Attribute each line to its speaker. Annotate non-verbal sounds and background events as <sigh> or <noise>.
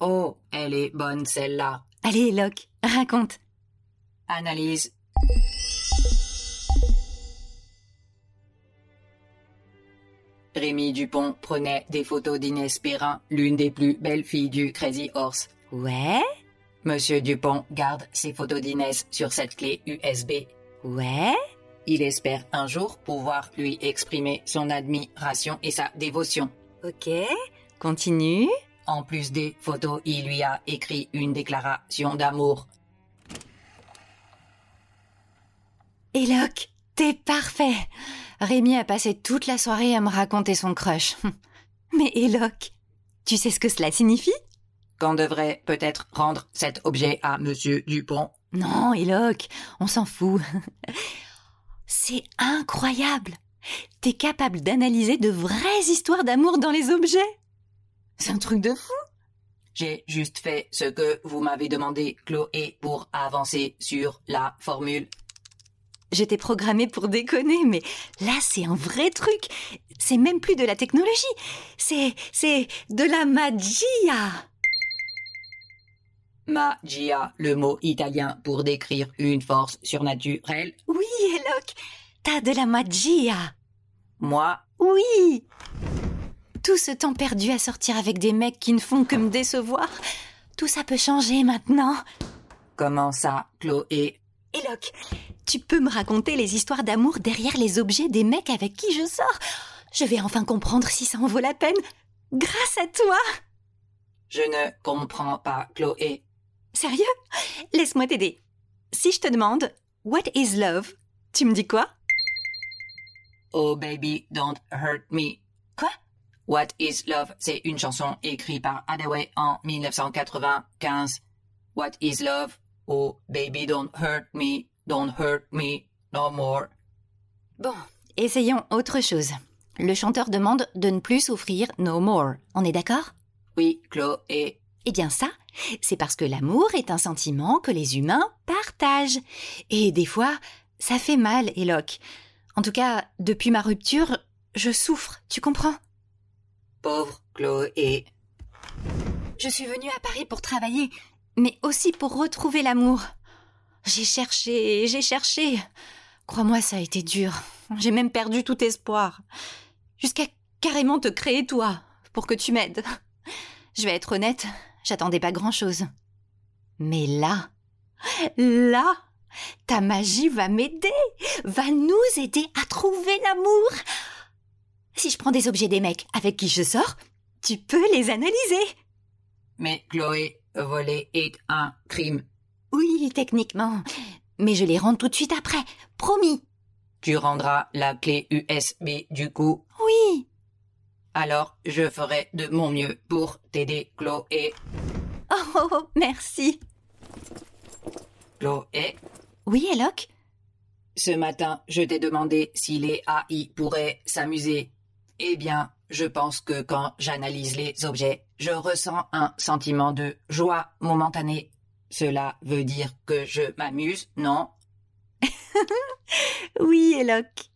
Speaker 1: Oh, elle est bonne celle-là.
Speaker 2: Allez, Locke, raconte.
Speaker 1: Analyse. Rémi Dupont prenait des photos d'Inès Perrin, l'une des plus belles filles du Crazy Horse.
Speaker 2: Ouais,
Speaker 1: Monsieur Dupont garde ses photos d'Inès sur cette clé USB.
Speaker 2: ouais.
Speaker 1: Il espère un jour pouvoir lui exprimer son admiration et sa dévotion.
Speaker 2: Ok, continue.
Speaker 1: En plus des photos, il lui a écrit une déclaration d'amour.
Speaker 2: Et Locke, t'es parfait. Rémi a passé toute la soirée à me raconter son crush. <laughs> Mais Éloque, tu sais ce que cela signifie
Speaker 1: Qu'on devrait peut-être rendre cet objet à Monsieur Dupont.
Speaker 2: Non, Éloque, on s'en fout. <laughs> C'est incroyable. T'es capable d'analyser de vraies histoires d'amour dans les objets. C'est un truc de fou.
Speaker 1: J'ai juste fait ce que vous m'avez demandé, Chloé, pour avancer sur la formule.
Speaker 2: J'étais programmée pour déconner, mais là c'est un vrai truc. C'est même plus de la technologie. C'est, c'est de la magia.
Speaker 1: Magia, le mot italien pour décrire une force surnaturelle.
Speaker 2: Oui, Éloque, t'as de la magia.
Speaker 1: Moi,
Speaker 2: Oui Tout ce temps perdu à sortir avec des mecs qui ne font que me décevoir, tout ça peut changer maintenant.
Speaker 1: comment ça, Chloé
Speaker 2: Eloc, tu peux me raconter les histoires d'amour derrière les objets des mecs avec qui je sors Je vais enfin comprendre si ça en vaut la peine. Grâce à toi
Speaker 1: Je ne comprends pas, Chloé.
Speaker 2: Sérieux Laisse-moi t'aider. Si je te demande « What is love ?» Tu me dis quoi
Speaker 1: Oh baby, don't hurt me.
Speaker 2: Quoi
Speaker 1: What is love C'est une chanson écrite par Hathaway en 1995. What is love Oh baby, don't hurt me, don't hurt me no more.
Speaker 2: Bon, essayons autre chose. Le chanteur demande de ne plus souffrir « no more ». On est d'accord
Speaker 1: Oui, Chloé,
Speaker 2: Eh bien ça, c'est parce que l'amour est un sentiment que les humains partagent. Et des fois, ça fait mal, Éloque. En tout cas, depuis ma rupture, je souffre, tu comprends
Speaker 1: pauvre Chloé.
Speaker 2: Je suis venue à Paris pour travailler, mais aussi pour retrouver l'amour. J'ai cherché, j'ai cherché. Crois-moi, ça a été dur. J'ai même perdu tout espoir. Jusqu'à carrément te créer toi, pour que tu m'aides. Je vais être honnête, j'attendais pas grand-chose. Mais là, là, ta magie va m'aider, va nous aider à trouver l'amour. Si je prends des objets des mecs avec qui je sors, tu peux les analyser.
Speaker 1: Mais Chloé, voler est un crime.
Speaker 2: Oui, techniquement. Mais je les rends tout de suite après, promis.
Speaker 1: Tu rendras la clé USB du coup.
Speaker 2: Oui.
Speaker 1: Alors, je ferai de mon mieux pour t'aider, Chloé.
Speaker 2: Oh, oh, oh, merci.
Speaker 1: Chloé,
Speaker 2: Oui, Eloc
Speaker 1: ce matin, je t'ai demandé si les AI pourraient s'amuser. Eh bien, je pense que quand j'analyse les objets, je ressens un sentiment de joie momentanée. Cela veut dire que je m'amuse, non
Speaker 2: Oui, Eloc.